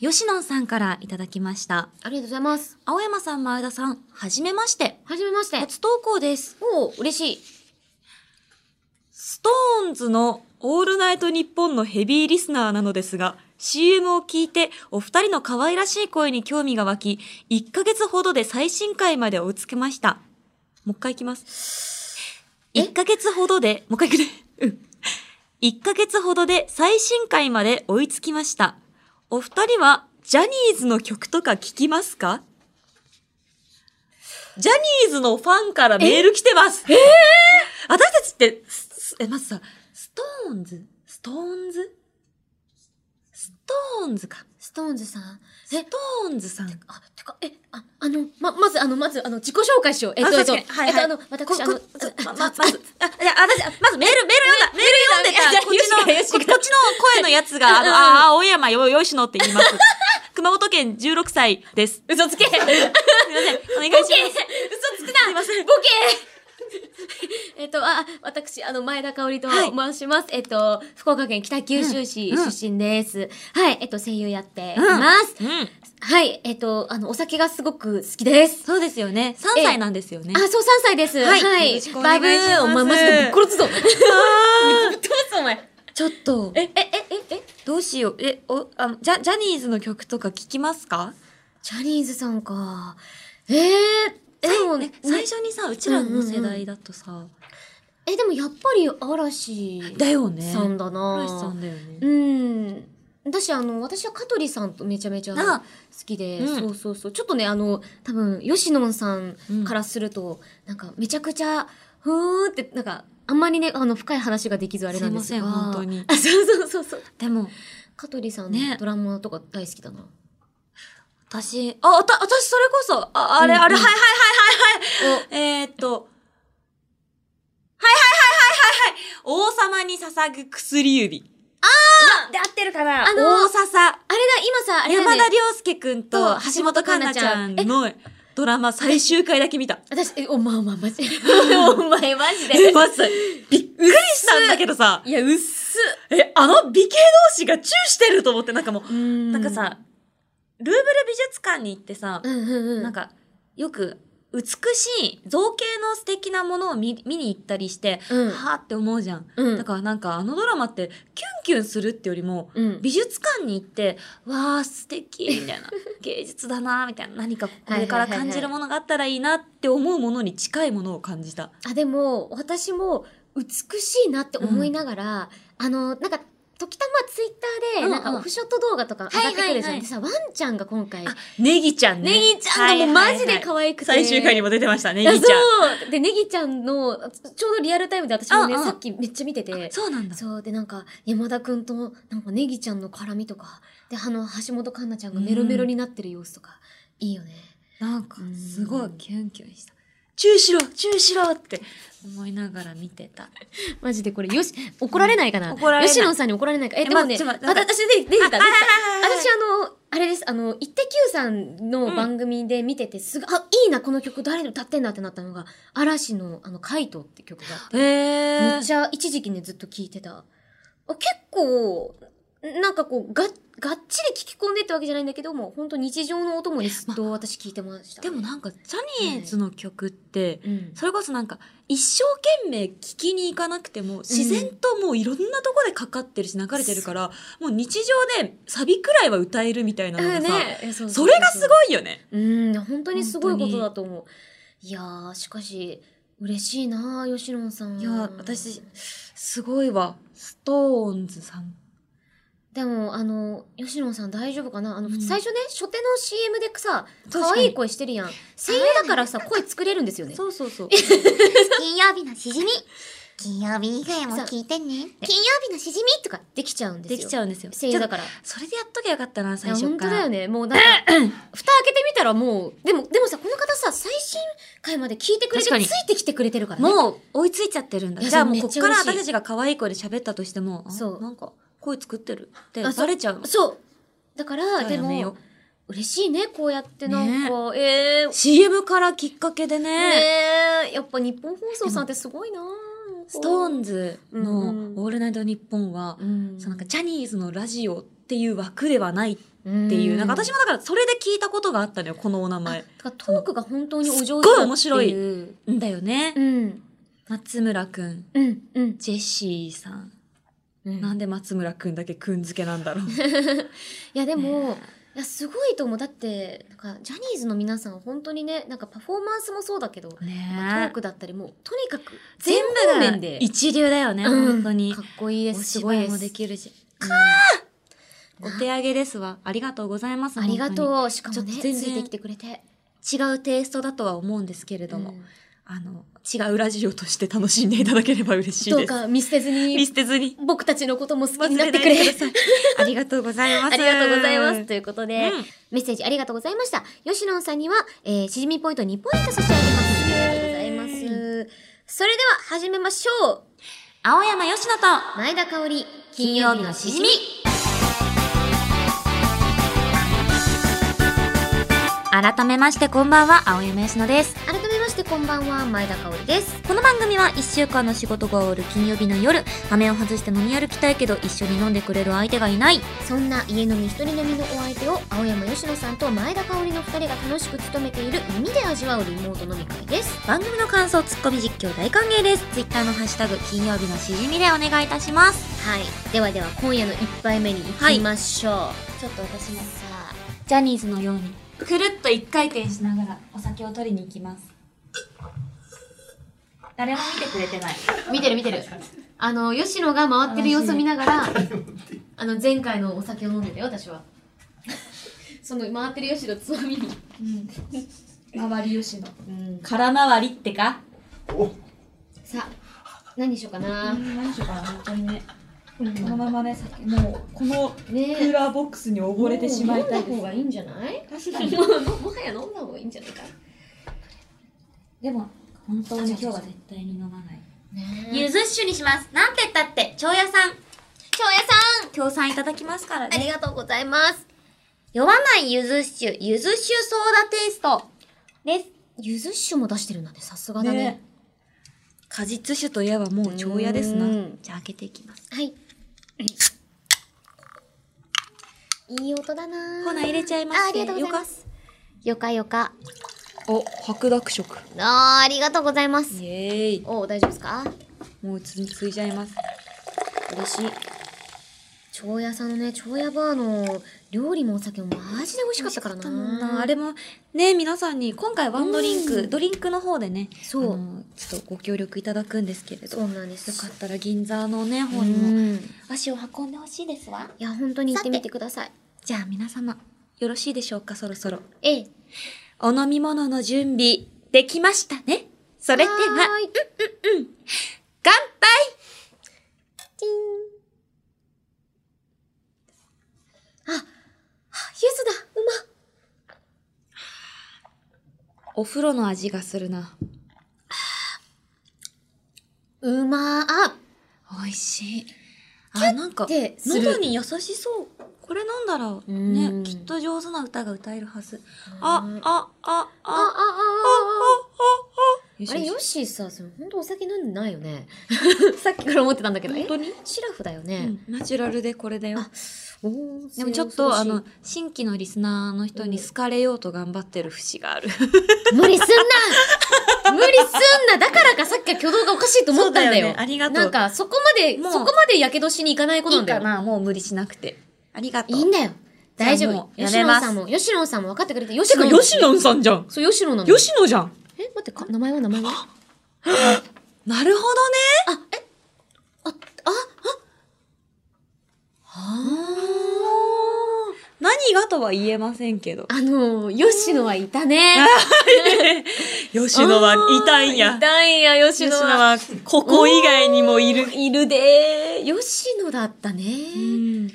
吉野さんからいただきました。ありがとうございます。青山さん、前田さん、はじめまして。はじめまして。初投稿です。おー、嬉しい。ストーンズのオールナイトニッポンのヘビーリスナーなのですが、CM を聞いてお二人の可愛らしい声に興味が湧き、1ヶ月ほどで最新回まで追いつけました。もう一回いきます。え1ヶ月ほどで、もう一回いくね。うん。1ヶ月ほどで最新回まで追いつきました。お二人はジャニーズの曲とか聞きますかジャニーズのファンからメール来てます。え私たちって、すすえ、まずさ、ストーンズストーンズストーンズか。ストーンズさん。ストーンズさん。あ、てか、え、あ、あの、ま、まず、あの、まず、あの、自己紹介しよう。えっあと、えっと、確かにはいはいえっと、あの、私、あの、ここあまあままず、あ、じゃあ、私、あまずメール、メール読んだ、メール読んでた、こっメール読んだちの、ここっちの声のやつが、あの、あ、青山よ、よしのって言います。 熊本県16歳 です。嘘つけボケすいません、お願いします。嘘つくなすいません。ボケ えっと、あ、私、あの、前田香織とはい申します。えっと、福岡県北九州市うんうん出身です。はい、えっと、声優やっていうんます。うん。はい、えっと、あの、お酒がすごく好きです。そうですよね。3歳なんですよね。あ、そう、3歳です。はいよはいろしく。お願いしますお前、マジでぶっ殺すぞ。ぶっ あー殺すぞ、お前。ちょっと、え、え、え、え、えどうしよう。え、お、あの、ジャ、ジャニーズの曲とか聞きますかジャニーズさんか。えー、え、でも、ねね、最初にさ、うちらの世代だとさ、え、でもやっぱり嵐だよね。さんだな嵐さんだよね。うん。私、あの、私は香取さんとめちゃめちゃな好きで、うんそうそうそう。ちょっとね、あの、多分、吉野さんからすると、なんか、めちゃくちゃ、ふーんって、なんか、あんまりね、あの、深い話ができずあれなんですが。すいません本当にあ、そうそうそうそう。でも、香取さんねのドラマとか大好きだな。私、あ、あた、私それこそ、あ、あれ、うんうんあれ、はいはいはいはいはい。えー、っと、はいはいはいはいはいはい。王様に捧ぐ薬指。あで合ってるかなあの、あれだ、大笹、今さ、あれだよ山ね田。涼介くんとと橋本環奈ちゃんのドラマ最終回だけ見た。私、え、お前、お前、マジで。 お前、マジえ、で。まず、びっくりしたんだけどさ、いや、うっす。え、あの美形同士がチューしてると思って、なんかもう、ななんかさ、、ルーブル美術館に行ってさ、うんうんうん。なんか、よく、美しい、造形の素敵なものを見見に行ったりして、うんはーって思うじゃん。うんだからなんか、あのドラマって、キュンキュンするってよりも、うん美術館に行って、わー、素敵みたい な、芸術だなーみたいな、何かこれから感じるものがあったらいいなって思うものに近いものを感じた。あ、でも、私も、美しいなって思いながら、あの、なんか、時たまツイッタうんうーで、んなんか、オフショット動画とか上がってくるじゃん。はいはいはいでさ、ワンちゃんが今回、あ、ネギちゃんね。ネギちゃんがもうマジで可い愛くて。最終回にも出てました、ネいギや、ちゃん。そう。で、ネギちゃんの、ちょうどリアルタイムで私もね、うんうんさっきめっちゃ見てて。そうなんだ。そうでなんか山田くんとなんかネギちゃんの絡みとかであの橋本環奈ちゃんがメロメロになってる様子とか、いいよねなんかうんすごいキュンキュンした。チューしろチューしろって思いながら見てた。マジでこれよし怒られないかな、うん怒られない吉野さんに怒られないかええでもね、まちょまあ私で出てた出てたあああああ私あのあれですあの「イッテ Q!」さんの番組で見ててすごい、あいいなこの曲誰で歌ってんだってなったのが嵐の「あのカイト」って曲があって、えめっちゃ一時期ねずっと聴いてたあ結構なんかこうががっちり聴き込んでってわけじゃないんだけども本当日常のお供にすっと私聴いてました、でもなんかジャニーズの曲って、うんそれこそなんか一生懸命聴きに行かなくても自然ともういろんなとこでかかってるし流れてるから、もう日常でサビくらいは歌えるみたいなのがさ、えそうそれがすごいよね。うん、本当にすごいことだと思う。いやー、しかし、嬉しいなー、吉野さん。いや私すごいわ。ストーンズさん。でも、あの、吉野さん大丈夫かなあの、うん最初ね、初手の CM でさ、確か可に愛い声してるやん。声優だからさ、声作れるんですよね。うそうそう。金曜日のしじみ金曜日以外も聞いてね金曜日のしじみとかできちゃうんですよ。できちゃうんですよ。声優だから。それでやっときゃよかったな、い最や初本か当ら。だよね。もうなんか、 蓋開けてみたらもう、でも、でもさ、この方さ、最新回まで聞いてくれて、確かつにいてきてくれてるからね。もう追いついちゃってるんだ。いやじゃあもうそうこっめっちゃから嬉しい私たちが可愛い声で喋ったとしても、あそうなんか声作ってるってあそバうレちゃうの。そう。だから、じゃあでやめもよ、嬉しいね、こうやってなんか、えーう CM からきっかけでね、ねえ、やっぱ日本放送さんってすごいなストーン、ンズうんのう「んオールナイトニッポン」は、うんそのなんかジャニーズのラジオっていう枠ではないっっていう、なんかも私もだからそれで聞いたことがあったのよ、このお名前。だからトークが本当にお上手すっごだっいて面白いうんんだよね。うん松村くん、うんうんジェシーさん。うんなんで松村くんだけくん付けなんだろう。 いやでも、ねいやすごいと思うだってなんかジャニーズの皆さんは本当にねなんかパフォーマンスもそうだけど、トーねクだったりもうとにかく全方部面がで一流だよね、うん本当にか。っこいいでおすすご芝いで居すもできるし。うんお手上げですわ。ありがとうございます。ありが本とうしかもねちょっとつ全然いてきてくれて当に違うテイストだとは思うんですけれども、うんあの、違うラジオとして楽しんでいただければ嬉しいどうです。か見捨てず見に捨てずに。僕たちのことも好きに忘なっれなていくれでくださ い。ありがとうございます。ありがとうございます。ということうで、んメッセージありがとうございました。吉野さんには、えー、しじみポイント2ポイント差し上げます。ありがとうございます。それでは始めましょう。青山よしのと、前田香織、金金曜曜日日ののししじじみ。み改めましてこんばんは、青山よしのです。改めましてこんばんは、前田香織です。この番組は1週間の仕事が終わる金曜日の夜、画面を外して飲み歩きたいけど一緒に飲んでくれる相手がいない。そんな家飲み一人飲みのお相手を、青山吉野さんと前田香織の二人が楽しく務めている耳で味わうリモート飲み会です。番組の感想、ツッコミ実況大歓迎です。ツイッターのハッシュタグ、金曜日のしじみでお願いいたします。はい。ではでは、今夜の一杯目に行きましょう。ちょっと私もさ、ジャニーズのように、くるっと一回転しながらお酒を取りに行きます。誰も見てくれてない。見てる見てる。あの、吉野が回ってる様子を見ながら、あの、前回のお酒を飲んでたよ、私は。その、回ってる吉野つまみに。周りよしの。空回りってかさあ、何にしようかな。何しようかな、本当にね。このままね、酒もう、このクねーラーボックスに溺れてしまいたい飲んだです方。がいいんじゃない確かにもうももはや飲んだ方がいいんじゃないか。でも本当に今日は絶対に飲まないねゆずっしゅにしますなんて言ったって長屋さん京也さん協賛いただきますからありねがとうございます。酔わないゆずっしゅゆずっしゅソーダテイストですゆず酒も出してるなんてさすがだね。果実酒といえばもう長屋ですなうんじゃあ開けていきますはい。いい音だなほな入れちゃいますあありがとうございます。よかよか。お白濁色あーありがとうございます。イエーイおー大丈夫ですかもうつついちゃいます嬉しい。長屋さんのね、長屋バーの料理もお酒もマジで美味しかったからな。もんなあれもね皆さんに今回ワンドリンク、うんドリンクの方でねそうあのちょっとご協力いただくんですけれどそようなんです。かったら銀座のねた方うにもん。い足を運んでほしいですわや、本当に行ってみてください。じゃあ皆様よろしいでしょうかそろそろええ。お飲み物の準備できましたねそれではーい。乾杯チン。あ、あゆずだ、うまっ。お風呂の味がするなうまーあ美味しいあなんかてする喉に優しそうこれ飲んだらうねんきっと上手な歌が歌えるはずあうんあああ、あ、ああ、あ、ああれ、ヨッシーさ、その本当お酒飲んでないよね。 さっきから思ってたんだけど、え本当にシラフだようね。んナチュラルでこれだよあおーでもちょっ恐ろとしいあの新規のリスナーの人に好かれようと頑張ってる節がある無理すんな無理すんなだからかさっきは挙動がおかしいと思ったんだよ。そうだよねありがとうなんかそこまで、もうそこまでやけどしに行かないこいとなんいだよ。かなもう無理しなくて。ありがとう。いいんだよ。大丈じゃあ夫も。うや吉め野ますさんも、吉野さんも分かってくれて、吉て野か、も吉野さんじゃん。そう、吉野なの。吉野じゃん。え、待って、か名前は名前はなるほどね。あ、え、あ、あ、はあ。何がとは言えませんけど。あ、あのー、吉野はいたね。吉野はいたんいや。たんや、吉吉野野は。は、ここ以外にもいる。いるでー。吉野だったね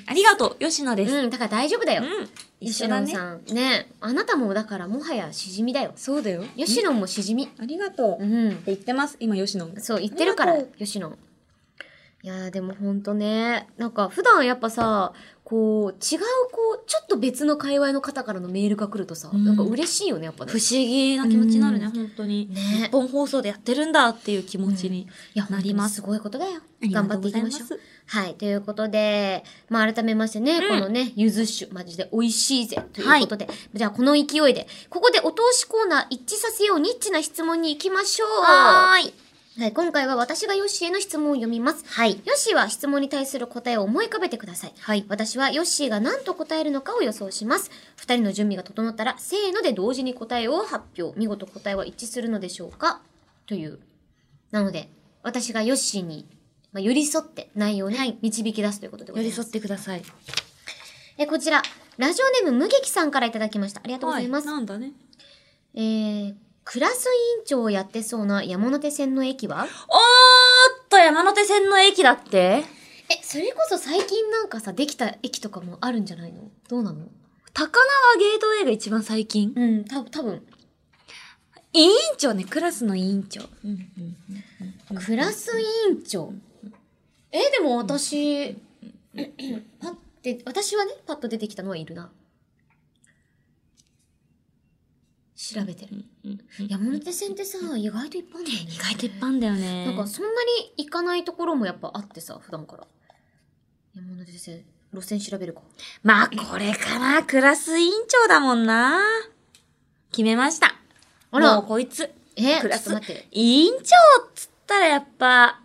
ありがとう、吉野です。うん、だから大丈夫だよ。ん。一吉緒だ野ね。さん。ねあなたもだからもはやしじみだよ。そうだよ。吉野もしじみ。ありがとう。うってん。言ってます。今、吉野。そう、言ってるからありが、吉野。いやーでもほんとね、なんか普段やっぱさ、こう、違うこう、ちょっと別の界隈の方からのメールが来るとさ、うんなんか嬉しいよね、やっぱね不。思議な気持ちになるね、うん本当に。ね日本放送でやってるんだっていう気持ちにいや、ななりりまますす。すごいことだよ。ありが頑張とっうてごいざきいまますしょう。はい。ということで、まあ、改めましてね、うんこのね、ゆず酒、マジで美味しいぜ、ということで。じゃあ、この勢いで、ここでお通しコーナー一致させよう、ニッチな質問に行きましょう。はーい。はい、今回は私がヨッシーへの質問を読みます。はい。ヨッシーは質問に対する答えを思い浮かべてください。はい。私はヨッシーが何と答えるのかを予想します。二人の準備が整ったら、せーので同時に答えを発表。見事答えは一致するのでしょうかという。なので、私がヨッシーに、まあ、寄り添って内容に導き出すということでござ寄いります。添ってください。ありえ、こちら、ラジオネーム無劇さんからいただきました。ありがとうございます。なんだね。えー、クラス委員長をやってそうな山手線の駅はおーっと、山手線の駅だってえ、それこそ最近なんかさ、できた駅とかもあるんじゃないのどうなの高輪ゲートウェイが一番最近。うん、た多分委員長ね、クラスの委員長。クラス委員長。え、でも私、パッて、私はね、パッと出てきたのはいるな。調べてる。山手線ってさ、意外といっぱいあるんだよね。意外と一般だよね。なんかそんなに行かないところもやっぱあってさ、普段から。山手線、路線調べるか。まあ、これかな、クラス委員長だもんな。決めました。あらもうこいつ、え、ちクょラっとス待って。委員長っつったらやっぱ、あ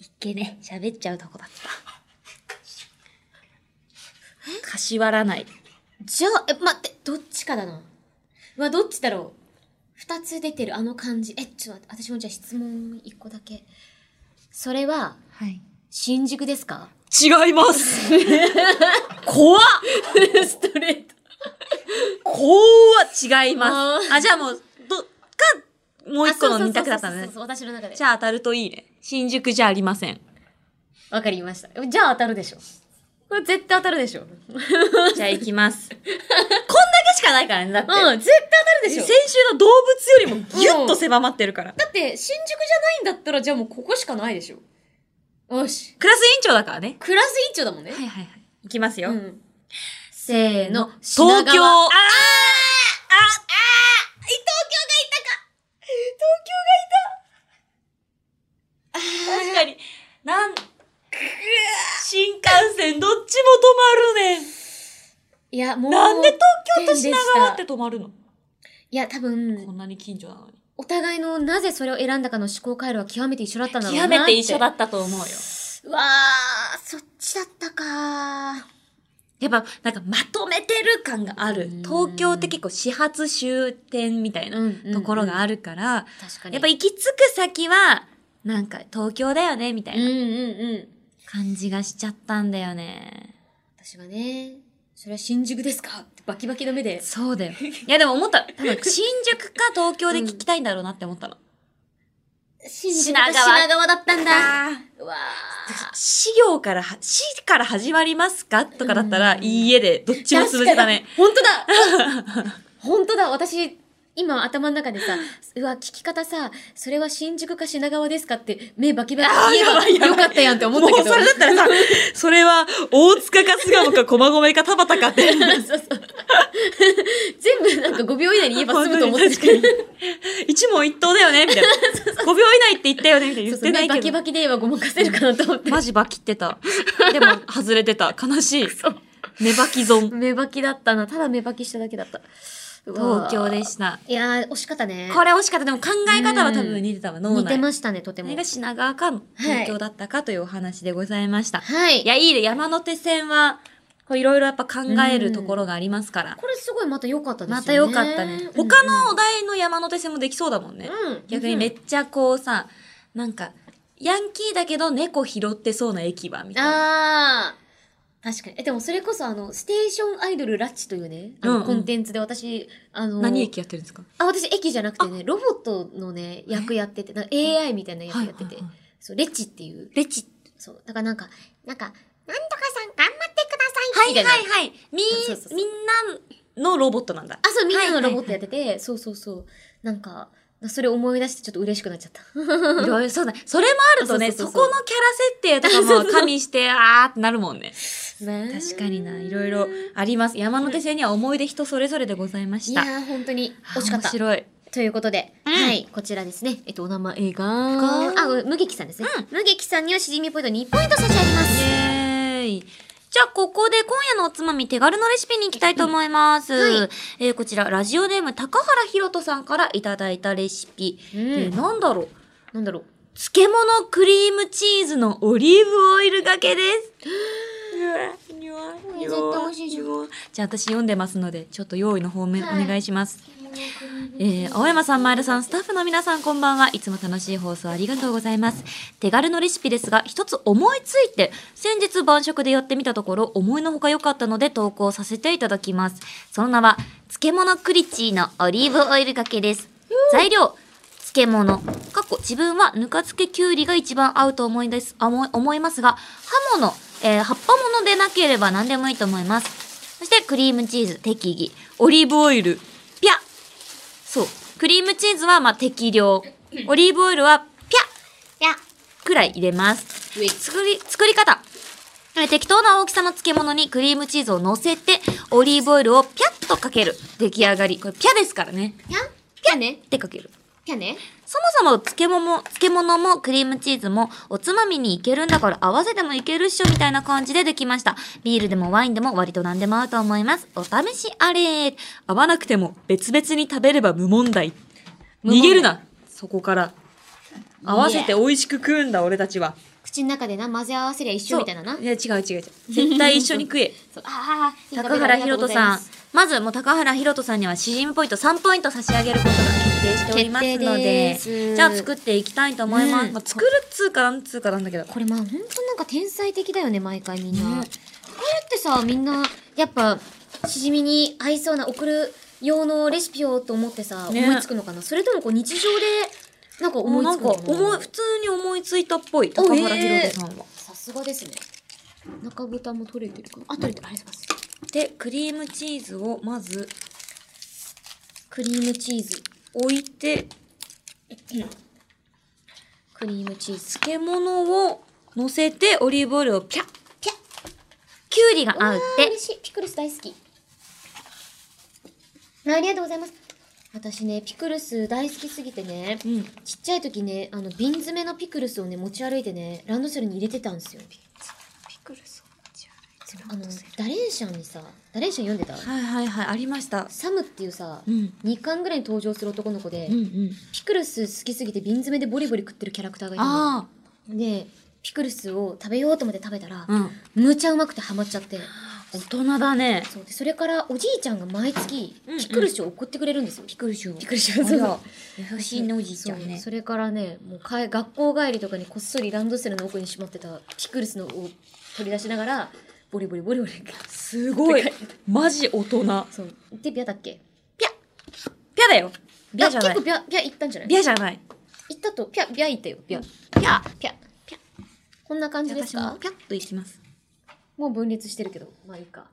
いっけね、喋っちゃうとこだった。かしわらない。じゃあ、え、待って、どっちかだな。うわ、どっちだろう。二つ出てる、あの感じ。え、ちょっと待って、私もじゃあ質問一個だけ。それは、はい。新宿ですか違います 怖っストレート。怖っ違います。あーあ、じゃあもう、ど、か、もう一個の二択だったのそうねそう。そうそう私の中でじ。ゃあ当たるといいね。新宿じゃありません。わかりました。じゃあ当たるでしょ。これ絶対当たるでしょ。じゃあ行きます。こんだけしかないからね、だって。うん、絶対当たるでし先ょ。週の動物よりもギュッと狭まってるから。だって、新宿じゃないんだったら、じゃあもうここしかないでしょ。よし。クラス委員長だからね。クラス委員長だもんね。はいはいはい。行きますよ。うん。せーの、東京。ああ確かに。なん、新幹線どっちも止まるねん。いや、もう。なんで東京と品川って止まるのいや、多こ分、んなに近所なのに。お互いのなぜそれを選んだかの思考回路は極めて一緒だったんだろうな極って。めて一緒だ。ったと思うよ。うわー、そっちだったかー。やっぱ、なんかまとめてる感があるう。ん東京って結構始発終点みたいなうんところがる。あるから、確かに。やっぱ行き着く先は、なんか東京だよね、みたういんうなんうん。感じがしちゃったんだよね。私はね、それは新宿ですかってバキバキの目で。そうだよ。 いやでも思った。多分新宿か東京で聞きたいんだろうなって思ったの。 新宿品が川品だったんだ。あーうわー。死行からは、死から始まりますかとかだったら、うんいいえでどっちも潰せたね。確かに。本当だ本当だ私、今頭の中でさ、うわ、聞き方さ、それは新宿か品川ですかって目バキバキ言えばあーやばいやばいよかったやんって思もっうたけど。それだったらさ、 それは大塚か菅野か駒込か田畑かって。 そうそう。全部なんか5秒以内に言えば済むと思ってた確かに。一問一答だよねみたい な。5秒以内って言ったよねみたいな 言っそうそうてな目いバけキど。バキで言えばごまかせるかなと思って。マジバキってた。でも、外れてた。悲しい。目バキ損。目バキだったな。ただ目バキしただけだった。うわ東京でした。いやー、惜しかったね。これ惜しかった。でも考え方は多分似てたわ、脳似内。てましたね、とてそもれ。が品川か東京だったかというお話でございました。はい。いや、いいね。山手線は、こういろいろやっぱ考えるところがありますから。これすごいまた良かったですよね。またよかったね。うん他のお題の山手線もできそうだもんね。うん、逆にめっちっちゃこうさ、なんか、ヤンキーだけど猫拾ってそうな駅は、みたいな。あー。確かに。え、でもそれこそあの、ステーションアイドルラッチというね、あうんうのんコンテンツで私、あの、何駅やってるんですかあ、私駅じゃなくてね、ロボットのね、役やってて、なんか AI みたいな役やってて、はいはいはいそう、レチっていう。レチ。そう、だからなんか、なんか、なんとかさん頑張ってくださはい。いはいなはい。みそうそうそ、うみんなのロボットなんだ。あ、そう、みんなのロボットやってて、そうそうそう。なんか、それ思い出してちょっと嬉しくなっちゃった。いろいろそうだ。それもあるとね、そうそそうそうそうこのキャラ設定とかも加味 して、あーってなるもんね。確確かにな、いろいろあります。山手線には思い出人それぞれでございまいした。やー、本当に惜しかった面。白い。ということで、うんはい、こちらですね。えっと、お名前が、があ、無劇さんですね。無劇さんにはしじみポイント2ポイント差し上げまイす。エーイ。じゃあ、ここで今夜のおつまみ手軽のレシピに行きたいと思います。うんはえーこちら、ラジオネーム高原ひろとさんからいただいたレシピ。うえーん、なんだろう。なんだろう。漬物クリームチーズのオリーブオイルがけです。絶対美味しいじゃんじゃあ私読んでますので、ちょっと用意の方面はいお願いします。えー青山さん、前田さん、スタッフの皆さんこんばんは。いつも楽しい放送ありがとうございます。手軽のレシピですが、一つ思いついて、先日晩食でやってみたところ、思いのほか良かったので投稿させていただきます。その名は、漬物クリチーのオリーブオイルがけです。材料、漬物。かっこ自分はぬか漬けきゅうりが一番合うと思いです、あ思い思いますが、刃物、えー葉っぱ物でなければ何でもいいと思います。そして、クリームチーズ、適宜。オリーブオイル、ぴゃそう。クリームチーズはまあ適量。オリーブオイルはぴゃいや、くらい入れます。上作り、作り方。えー適当な大きさの漬物にクリームチーズを乗せて、オリーブオイルをぴゃっとかける。出来上がり。これぴゃですからね。ぴゃんぴゃねでかける。ぴゃねそもそも漬物も、漬物もクリームチーズもおつまみにいけるんだから合わせてもいけるっしょみたいな感じでできました。ビールでもワインでも割と何でも合うと思います。お試しあれ。合わなくても別々に食べれば無問題。無問題なそこから。合わせて美味しく食うんだ俺たちは。口の中でな、混ぜ合わせりゃ一緒みたいななそう。いや違う違う違う。絶対一緒に食 え。そうああ、高原ひろとさん。まずもう高原ひろとさんにはしじみポイント3ポイント差し上げることが決定しておりますので決定ですじゃあ作っていきたいと思います、うんまあ、作るっつうかなんつうかなんだけどこれまあ、ほんとなんか天才的だよね、毎回みんな。ねこれってさ、みんな、やっぱ、しじみに合いそうな送る用のレシピをと思ってさ、ね思いつくのかなそれともこう日常で、なんか思いなつんくかのかな思い普通に思いついたっぽいお高原ひろとさんは、さすがですね。中蓋も取れてるかなあ、取れてる。ありがとうございます。でクリームチーズをまずクリームチーズ。置いてクリームチーズ。漬物を乗せてオリーブオイルをピャッぴゃきゅうりが合うっあーて嬉しい。ピクルス大好き。ありがとうございます。私ね、ピクルス大好きすぎてね、うんちっちゃい時ね、あの、瓶詰めのピクルスをね、持ち歩いてね、ランドセルに入れてたんですよ。ピクルスあの、ダレンシャンにさ、ダレンシャン読んでたはいはいはいありましたサムっていうさう、ん2巻ぐらいに登場する男の子でうんう、んピクルス好きすぎて瓶詰めでボリボリ食ってるキャラクターがいるの。あでピクルスを食べようと思って食べたらあ、うんむちゃうまくてハマっちゃって大人だねそうでそれからおじいちゃんが毎月うんうんピクルスを送ってくれるんですよ、ピクルシュピクルスをあら優しいねおじいちゃんそうねそれからねもうかえ学校帰りとかにこっそりランドセルの奥にしまってたピクルスのを取り出しながらボリボリボリボリすごいマジ大人ピャそうでビャだっけだよビャじゃなあい結構ビャビャ行ったんじゃないビャじゃない行ったとピャビャ行ったよビャピャピャピャこんな感じです私もかピャッといきますもう分裂してるけどまあいいか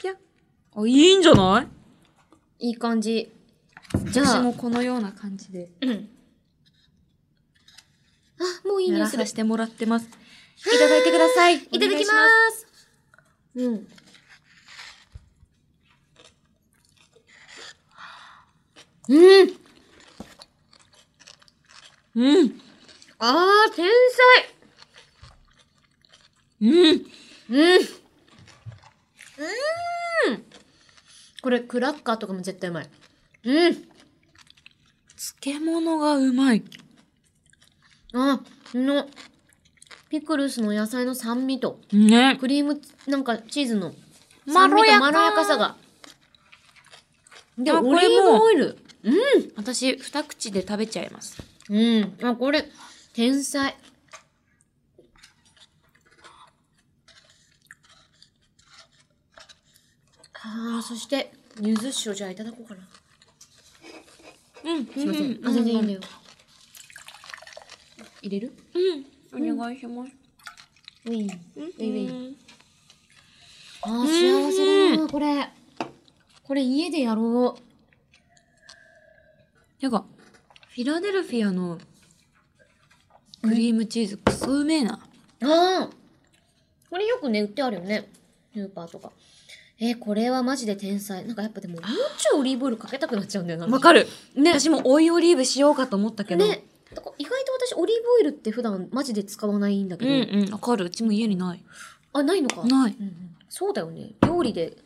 ピャあいいんじゃないいい感じじゃあ私もこのような感じであ、もういいや匂いらすさる。いせてもらってますいただいてくださいいただきます。うん。うん。うんあー、天うん才。うん。うん。これ、クラッカーとかも絶対うまい。うん。漬物がうまいあ、の、ピクルスの野菜の酸味と、ねクリーム、なんかチーズのまろやか酸味とまろやかさが。で、あオこれもリーブオイル。うん。私二口で食べちゃいますうん。あ、これ、天才。ああ、そして、ゆず塩じゃあいただこうかな。うんすすいません。あ、全全然然いいいいんんだだよよ。入れるうんお願いしますウィうんン。ウィンウィン。あー、ん幸せだな、これ。これ家でやろう。てかィラデルフィアのクリームチーズクソうめえな。ああこれよくね、売ってあるよね。スーパーとか。えーこれはマジで天才。なんかやっぱでも、もうちょいオリーブオイルかけたくなっちゃうんだよな。わかるる。ね。私もオイオリーブしようかと思ったけど。ね。だから意外と私、オリーブオイルって普段マジで使わないんだけうど。んうん。わかる。うちも家にない。あ、ないのか。ないうんうんそうだよね。料理で。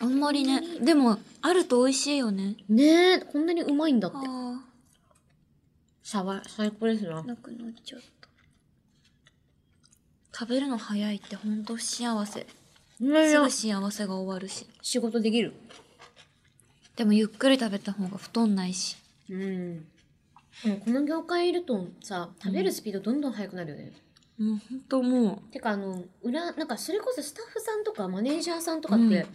あんまりね。でも、あると美味しいよね。ねえ、こんなにうまいんだって。あシャワー、最高ですなあ。。なくなっちゃった。食べるの早いってほんと幸せ。すぐ幸せが終わるし。仕事できる。でもゆっくり食べた方が太んないし。うん。でもこの業界いるとさ、食べるスピードどんどん速くなるよね。もうほんともてかあの裏なんかそれこそスタッフさんとかマネージャーさんとかって、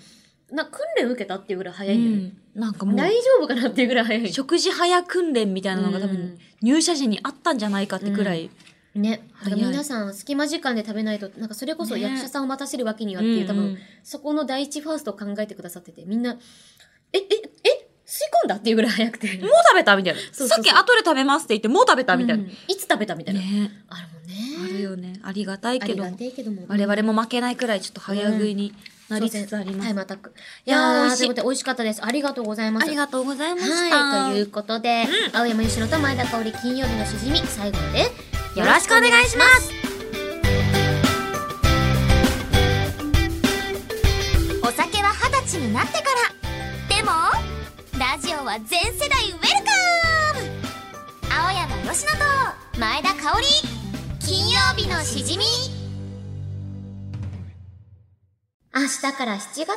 な訓練受けたっていうぐらい早う。ういんだよね、ん。なんかもう大、丈夫かなっていうぐらい早い食事早訓練みたいなのが多う分ん入社時にあったんじゃないかってくらい。ねだ早かいら皆さん隙間時間で食べないとなんかそれこそね役者さんを待たせるわけにはっていう、多うんう分んそこの第一ファーストを考えてくださっててみんなえええ吸い込んだっていうぐらい早くてもう食べたみたいな。そうそうさっき後で食べますって言って、もう食べたみたいな。うんいつ食べたみたいな、ねあるもんねあるよね。ありがたいあけりどが。てえけども我々も負けないくらいちょっと早食いになりつつあります。タイムアタックいやー美やー味しいということで美味しかったですありがとうございまあすりがとうございました。はい、ということで、青山由乃と前田香織金曜日のしじみ、最後までよろしくお願いします。お酒は二十歳になってからでもラジオは全世代ウェルカム青山佳乃と前田香織金曜日のしじみ明日から7月か。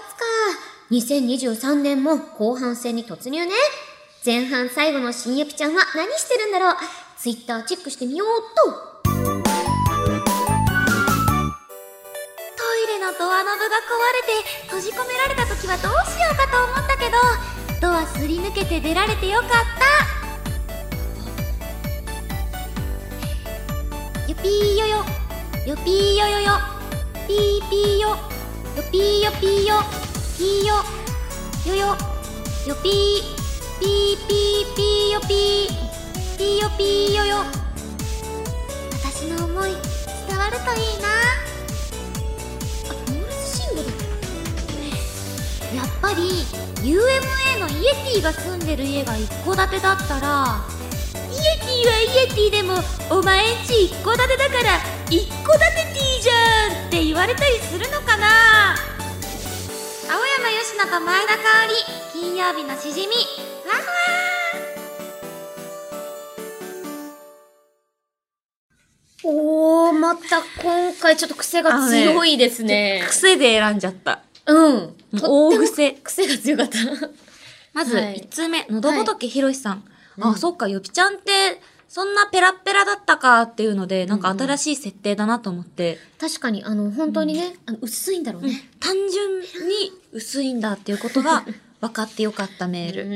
2023年も後半戦に突入ね。前半最後の新ゆぴちゃんは何してるんだろう。ツイッターチェックしてみようっと。トイレのドアノブが壊れて閉じ込められた時はどうしようかと思ったけどドアすり抜けて出られてよかったよぴーよよよぴーよよよピーピーよよぴーよピーよピーよよよよぴーピーピーピーよぴーピーよピーよよ私の思い伝わるといいなあモールス信号だやっぱり UMA のイエティが住んでる家が一戸建てだったらイエティはイエティでもお前んち一戸建てだから一戸建てティーじゃんって言われたりするのかな青山佳乃と前田香織金曜日のしじみわふわおー、また今回ちょっと癖が強いですね。癖で選んじゃった。うん。もう大癖。癖が強かった。まず、はい1通目、のどぼとけひろしさん。いあ、うんそっか、よぴちゃんって、そんなペラッペラだったかっていうので、なんか新しい設定だなと思って、確かに、あの、本当にね、あの薄いんだろうね。単純に薄いんだっていうことが分かってよかったメール。う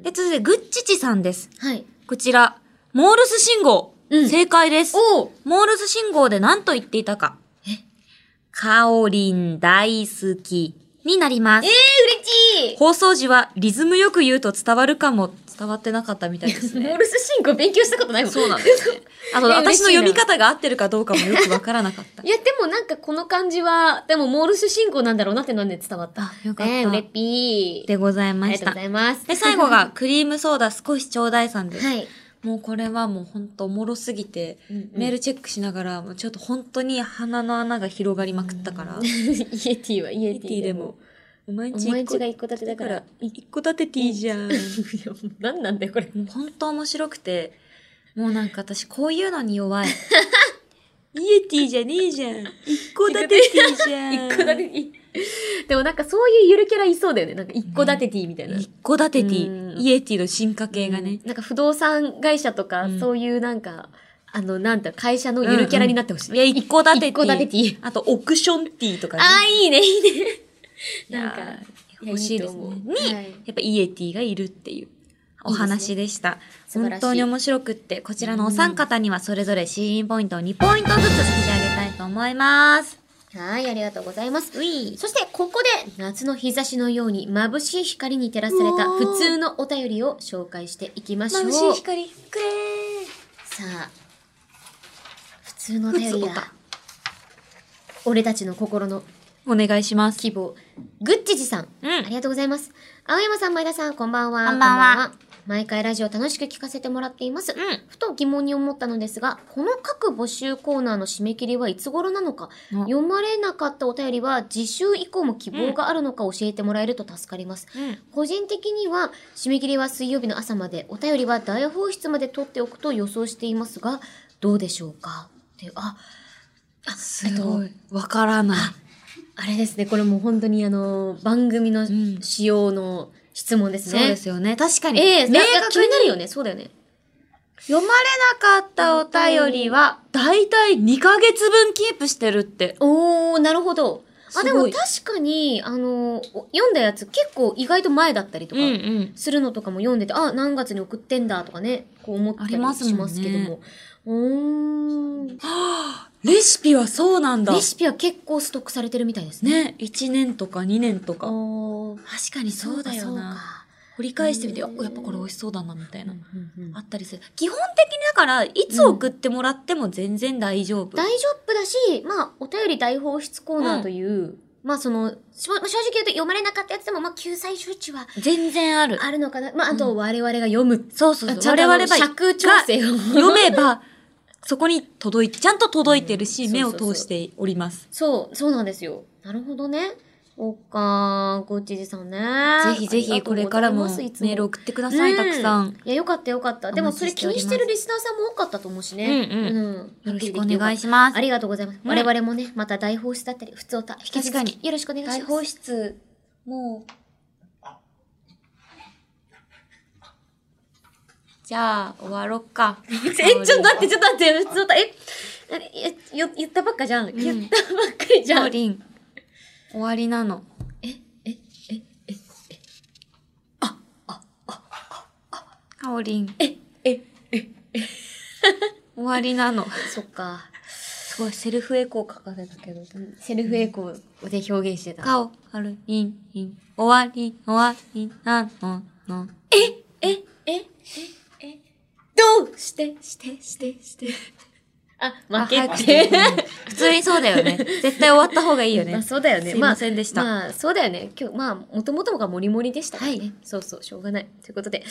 んで、続いて、ぐっちちさんです。はい。こちら、モールス信号。うん正解です。おーモールス信号で何と言っていたか。カオリン大好きになります。えー、嬉しい放送時はリズムよく言うと伝わるかも伝わってなかったみたいです モーね。ルス信号勉強したことないもん。そうなんですね。あと、私えの嬉しい読なみ方が合ってるかどうかもよくわからなかっ たい。や、でもなんかこの感じは、でもモールス進行なんだろうなってなんで伝わった。あよかったねえ、うれっぴー。でございあまりがしとうたござ。います。で、最後が、クリームソーダ少しちょうだいさんです。 はい。もうこれはもうほんとおもろすぎて、うんうんメールチェックしながら、もうちょっと本当に鼻の穴が広がりまくったから、イエティはイエテティィででもも。、お前んおち前んちが一一個建て個だだかからら。、一個建て T じゃん。いや、何なんだよ、これ。もう本当面白くて、もうなんか私こういうのに弱い。 イエティじゃねえじゃん。一個建て T じ ゃん。一個建てティ。でもなんかそういうゆるキャラいそうだよね。なんか一個建てティみたいな。一戸建てテうィ、んイエティの進化系がうねん。なんか不動産会社とかうん、そういうなんか、あの、なんだ、会社のゆるキャラになってほしい。いや、一戸建てティ。一戸建てティあと、オクションティとかね。ああ、いいね、いいね。いやーなんかいや欲しいですね。いいと思うに、はいやっぱイエティがいるっていうお話でした。素晴らし本い当に面白くって、こちらのお三方にはそれぞれシーンポイントを2ポイントずつ差し上げたいと思います。はい、ありがとうございます。ういそして、ここで、夏の日差しのように眩しい光に照らされたうわー普通のお便りを紹介していきましょう。眩しい光くれさあ、普通のお便り普通おだた。俺たちの心のーお願いします希望。ぐっちじさん。うんありがとうございます。青山さん、前田さん、こんばんは。こんばんは毎回ラジオ楽しく聞かせてもらっています。んふと疑問に思ったのですが、この各募集コーナーの締め切りはいつ頃なのか、うん読まれなかったお便りは次週以降も希望があるのか教えてもらえると助かります。うん個人的には締め切りは水曜日の朝までお便りは大放出まで取っておくと予想していますがどうでしょうかっていうあすごいわからないあれですねこれもう本当にあの番組のん仕様の質問ですね、そうですよね確かにええ明いや確気になるによねそうだよね読まれなかったお便りはだいたい2ヶ月分キープしてるっておーなるほどあですもごい確かにあのお読んだやつ結構意外と前だったりとか、んするのとかも読んでて、あ、何月に送ってんだとかね、こう思ったりありますもんしねますけども。うーんレシピはそうなんだレシピは結構ストックされてるみたいですね。ね1年とか2年とあかー確かにそうだよな掘り返返ししててみて、みてあやあっぱこれ美味しそうだな、みたいそうかな。うんうんうんあったりする。基本的にだから、いつ送ってもらっても全然大丈夫。大丈夫だし、まあ、お便り大放出コーナーという、まあその、しょ正直言うと読まれなかったやつでも、まあ救済処置は全然ある。あるのかな。まああうとん我々が読む。そうそうあそう。ちゃん我と々あがの尺調 整を。読めば、そこに届い、ちゃんと届いてるし、うん目をそうそうそう通しております。そう、そうなんですよ。なるほどね。おっかー、ごちじさんね。ぜひぜありひ、がとうこござれいますからもメいつもール送ってください、うんたくさん。いや、よかったよかった。でもそれお待ちしております気にしてるリスナーさんも多かったと思うしね。うんうんうよろしくおはっきりできてよか願っいしまたあす。りがとうございます。うん我々もね、また大放出だったり、普通歌、引き続確かきよろしくお願いします。出、もう。じゃあ、終わろっか。 え、ちょっと待って、ちょっと待って、普通歌、え、え、よ言ったばっかじゃん。言ったばっかりじじゃゃあ、ん。リン、終わりなの。かおりん。え、え、え、終わりなの。そっか。すごい、セルフエコーかかせたけど。セルフエコーで表現してた。かお、はる、りん、りん。終わり、終わりなの、の。え、え、え、え、どうして、して、して、して。あ、負あけ。早くして 普通にそうだよね。絶対終わった方がいいよね。まあそうだよね。すいませんでしたまあ、まあそうだよね。今日、まあ、もともとがモリモリでしたからね。そうそう、しょうがない。ということで。い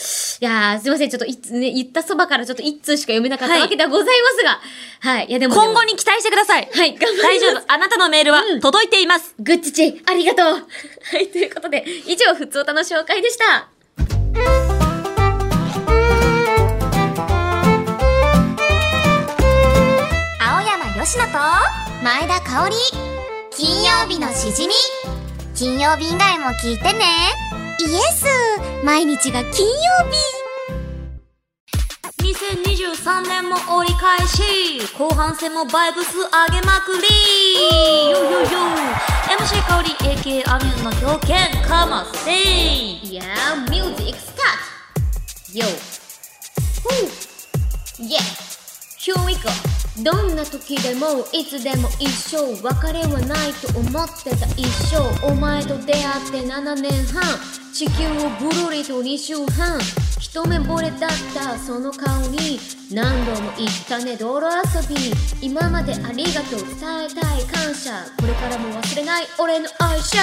やー、すいません。ちょっと、いつね、言ったそばからちょっと一通しか読めなかっはいたわけではございますが。はい。い、や、でも。今後に。に期待してください。はい、頑張ります。大丈夫。あなたのメールは届いています。グッチチェ、ありがとう。 はい、ということで、以上、ふつおたの紹介でした。青山よしと前田香織金曜日のしじみ金曜日以外も聞いてねイエス毎日が金曜2023年も折り返し後半戦もバイブス上げまくりよいよいよ MC 香り AK アミューズの狂犬かませいやー、ミュージックスタート !Yo! ふぅ !Yeah! Here we go! どんな時でもいつでも一生別れはないと思ってた一生お前と出会って7年半地球をぐるりと2周半一目惚れだったその顔に何度も言ったね泥遊び今までありがとう伝えたい感謝これからも忘れない俺の愛 車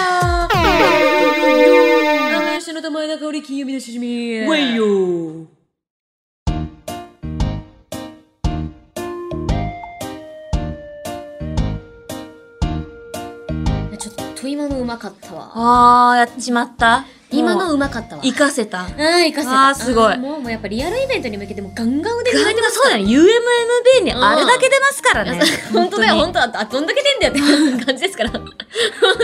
七種の前田香織金曜日のしじみウェイよーちょっと今のうまかったわあーやっちまった今のもううまかったわ活かせたああいかせたあーすごいーもうもうやっぱリアルイベントに向けてもガンガン腕ガがンガンそうだね UMMB にあれだけ出ますからね本当だよ本本当だあどんだけ出んだよって感じですから本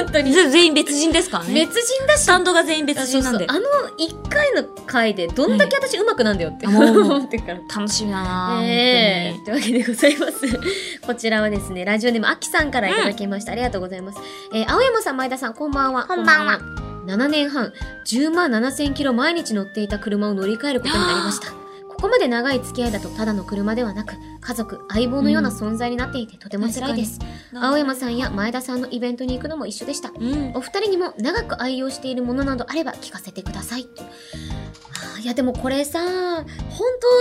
当当にに全員別人ですから別ね人だしスタンドが全員別そ人うなそんうであの一回の回でどんだけ私うまくなんだよってはいあもうもう思ってるから楽しみだなーええ本というわけでございます。 こちらはですね、ラジオネームあきさんからいただきました。ありがとうございます。えー青山さん、前田さん、こんばんは。こんばんは。 7年半、10万7千キロ毎日乗っていた車を乗り換えることになりました。ここまで長い付き合いだとただの車ではなく家族相棒のような存在になっていてとても辛いです、青山さんや前田さんのイベントに行くのも一緒でしたうんお二人にも長く愛用しているものなどあれば聞かせてくださいとはあいやでもこれさ本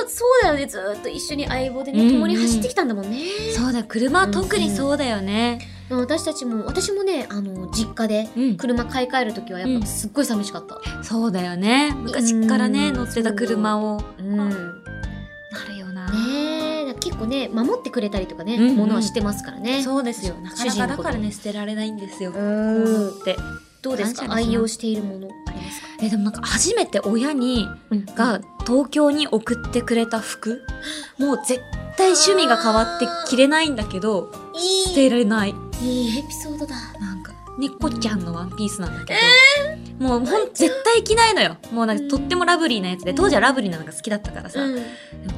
当そうだよねずーっと一緒に相棒でうね、んうん共に走ってきたんだもんねそうだ車は特にそうだよね私たちも私もねあの実家でうん車買い替える時はやうっんぱすっごい寂しかったそうだよね昔っからねうん乗ってた車をうん、なるよなねえだから結構ね守ってくれたりとかね、うんうんものはしてますからねそうですよなかなかだからね捨てられないんですようこうなっんてどうです感か謝ですな愛用しているものありますか、えでもなんか初めて親にが東京に送ってくれた服もう絶対趣味が変わって着れないんだけど捨いてられないいいいエピソードだなんか猫ちゃんのワンピースなんだけど、もうほ ん絶対着ないのよもうなんうんかとってもラブリーなやつで当時はラブリーなのが好きだったからさ、うんでも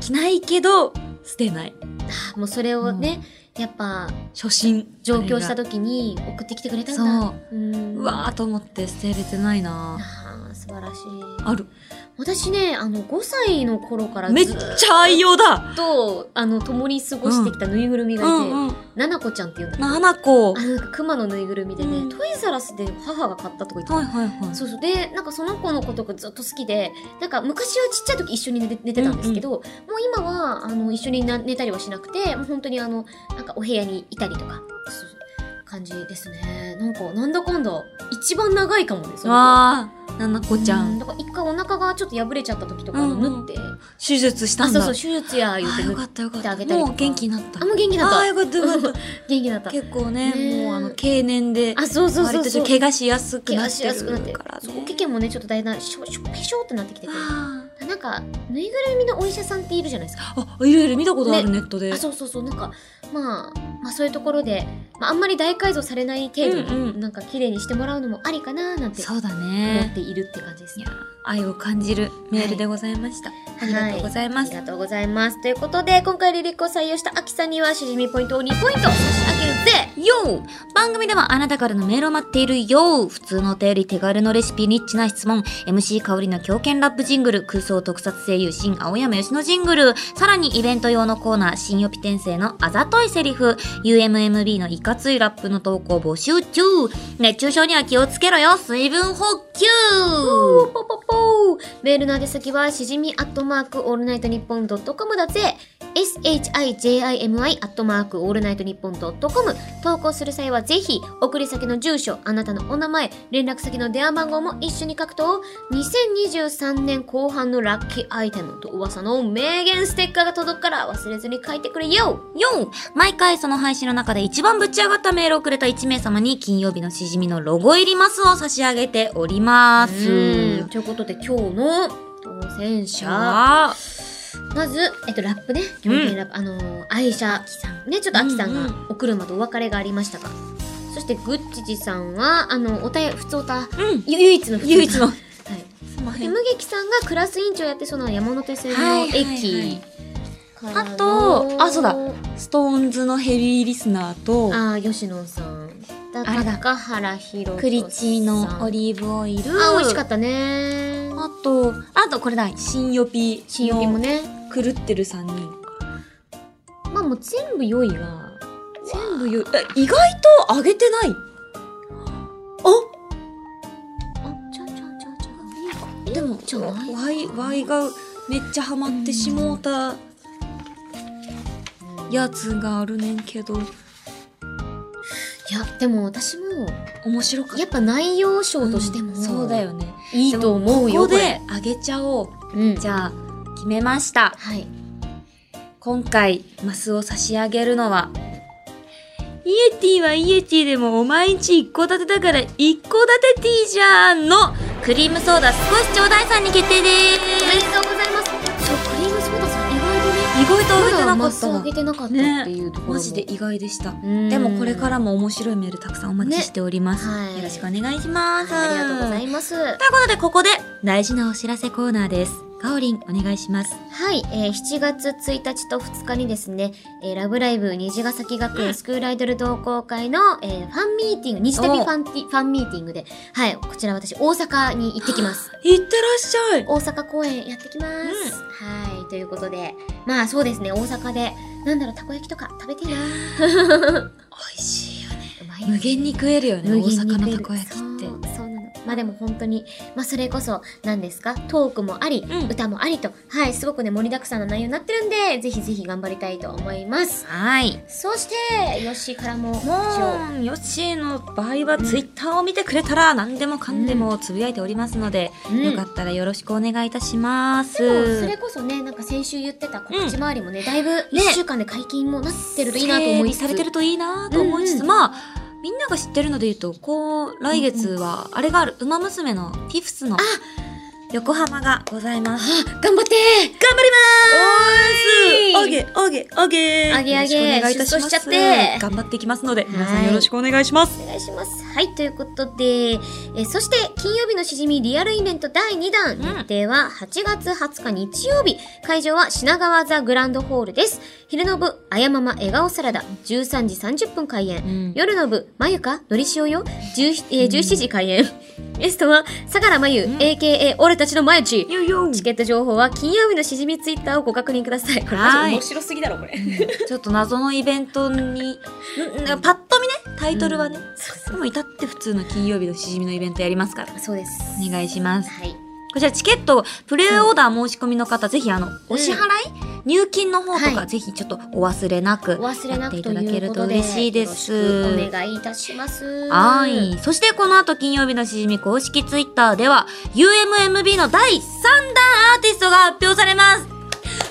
着ないけど捨てないあもうそれをね、やっぱ初心上京した時時に送ってきてくれたんだ,、そうん、うわーと思って捨てれてないなあー素晴らしいある私ねあの5歳の頃からめっずちっゃ愛用だとあの共に過ごしてきたぬいぐるみうがいて、んうんななこちゃんっていうんだななこあはいなんか熊のぬいぐるみでね、うんトイザラスで母が買ったとか言ってた、はいはいそうそうでなんかその子のことがずっと好きでなんか昔はちっちゃい時一緒に寝て寝てたんですけど、もう今はあの一緒にな寝たりはしなくてもう本当にあのなんかお部屋にいたりとかそうそう感じですねなんかなんだかんだ一番長いかもねその子あーななこちゃうんだから一回お腹がちょっと破れちゃった時とかあのうんうん縫って、手術したあんだそうそう手術やあ言ってー縫よっかったよかってあたげたりとかもう元気になったあもう元気だっあたーよかったよかった元気だった結構ねねもうあの経年であそうそうそう割とちそょうっと怪我しやすく怪な我っしてやすくなっるてからそうね毛もねちょっとだいだんしょしょぺしょってなってきててあなんかぬいぐるみのお医者さんっているじゃないですか。ーあいろいろ見たことあるねネットであそうそうそうなんか、まあ、まあそういうところで、まあ、あんまり大改造されない程度に、うんうんなんか綺麗にしてもらうのもありかななんてそうだ思っねているって感じですいねや。愛を感じるメールでございました、ありがとうございあますりがとうございます。ということで今回リリックを採用したアキさんにはしじみポイントを2ポイント差し上げるぜよ番組ではあなたからのメールを待っているよ普通のお便り手軽のレシピニッチな質問 MC 香りの狂犬ラップジングル空想特撮声優新青山吉野ジングルさらにイベント用のコーナー新予備転生のあざといセリフ UMMB のいかついラップの投稿募集中熱中症には気をつけろよ水分補給ポーポーポーポーメールの宛先はしじみアットマークオールナイトニッポンドットコムだぜ shijimi アットマークオールナイトニッポンドットコム投稿する際はぜひ送り先の住所あなたのお名前連絡先の電話番号も一緒に書くと2023年後半のラッキーアイテムと噂の名言ステッカーが届くから忘れずに書いてくれよ4毎回その配信の中で一番ぶち上がったメールをくれた1名様に金曜日のしじみのロゴ入りマスを差し上げておりますうんということで今日の当選者あまず、えっと、ラップね。うん狂犬ラップ。あのー、愛車さん。ね、ちょっとアキさんうんうがお車とお別れがありましたが。そして、グッチジさんは、あの、おたよ、ふつおた、うんゆ唯一のふつおた。唯一のはい。で、無劇さんがクラス委員長やってそうな山手線はのいはいはい駅からのあとあそうだストーンズのヘビーリスナーとあー、吉野さん。だあれだ高原ひろクリチーのオリり。ーブオイルあー、美味しかっったね。あとあとこれだ新予備新予備もね。狂ってる3人まあ、もう全部良いわ。全部よえ意外と上げてないああ、ちゃうちゃうちゃうちゃう。でもじゃないわいわいがめっちゃハマってしもうたやつがあるねんけどいや、でも私も、面白かったやっぱ内容賞としてうも、んそうだよねいいと思うこよ。こで上げちゃおうこれ、うん、じゃあ決めましたはい。今回マスを差し上げるのはイエティはイエティでもお前んち一戸建てだから一戸建てティーじゃんのクリームソーダ少しちょうだいさんに決定でおめですとうございます。そう、クリームソーダさん、意外とね、意外と上げてなかまっだた上わげてなかったっていうところも、マジで意外でしたうんでもこれからも面白いメールたくさんお待ちしております、ねはいよろしくお願いします、はい、ありがとうございます。ということでここで大事なお知らせコーナーですかおりんお願いしますはい、えー7月1日と2日にですね、えーラブライブ虹ヶ崎学園スクールアイドル同好会の、えーファンミーティング、虹旅ファンティファンミーティングで、はい、こちら私大阪に行ってきます。いってらっしゃい大阪公演やってきます。はい。ということで、まあそうですね、大阪で、なんだろう、たこ焼きとか食べてえな。美味しいよねうまいよ無限に食えるよね大無限に食え阪るのたこ焼きってそうそうなのまあでも本当にまあそれこそ何ですかトークもあり、うん歌もありとはいすごくね盛りだくさんの内容になってるんでぜひぜひ頑張りたいと思いますはいそしてヨッシーからも一応もうヨッシーの場合はツイッターを見てくれたら何でもかんでもつぶやいておりますので、うんよかったらよろしくお願いいたします。でもそれこそねなんか先週言ってた告知周りもね、だいぶ1週間で解禁もなってるといいなと思いつつ整理されてるといいなと思いつつ、うんうんまあみんなが知ってるので言うとこう来月はあれがある「ウマ娘」のピフスの横浜がございます。あ頑張っ頑張てりおーいますおげおげおげあげあよろげしくお願いいたしま出す走しちゃって頑張っていきますのでい皆さんよろしくお願いしますお願いします。はい、ということで、えーそして、金曜日のしじみリアルイベント第2弾、うん日程は8月20日日曜日、会場は品川ザグランドホールです。昼の部、あやまま笑顔サラダ、13時30分開演。うん夜の部、まゆか、のりしおよ、17, えー17時開演。ゲストは、相良まゆ、うん AKA 俺たちのまゆち。よいよチケット情報は金曜日のしじみツイッターをご確認ください。これはい面白すぎだろ、こ れ。ちょっと謎のイベントにんんパッと見ねタイトルはね、そうでも至って普通の金曜日のしじみのイベントやりますからそうです。お願いしますはい。こちらチケットプレイオーダー申し込みの方、ぜひあのお支払い、入金の方とか、はいぜひちょっとお忘れなくお忘れなくとやっていただいけうこるととで嬉しいですよろしくお願いいたしますはい。そしてこの後金曜日のしじみ公式ツイッターでは UMMB の第3弾アーティストが発表されます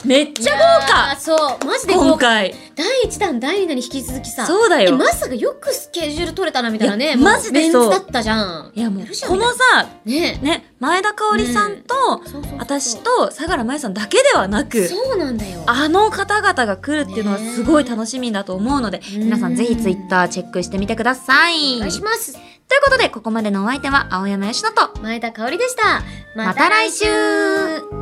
めっちゃ豪あ華そうマジで豪今華回第1弾第2弾に引き続きさそうだえよまさかよくスケジュール取れたなみたいないねやもうマジでそうメンツだったじゃんいやもうるじゃんこのさねね前田香織さんと、そうそうそう私と相良真由さんだけではなくそうなんだよあの方々が来るっていうのはすごい楽しみだと思うので、うん皆さんぜひツイッターチェックしてみてください。お願いしますということで、ここまでのお相手は青山よしのと、前田香織でしたまた来週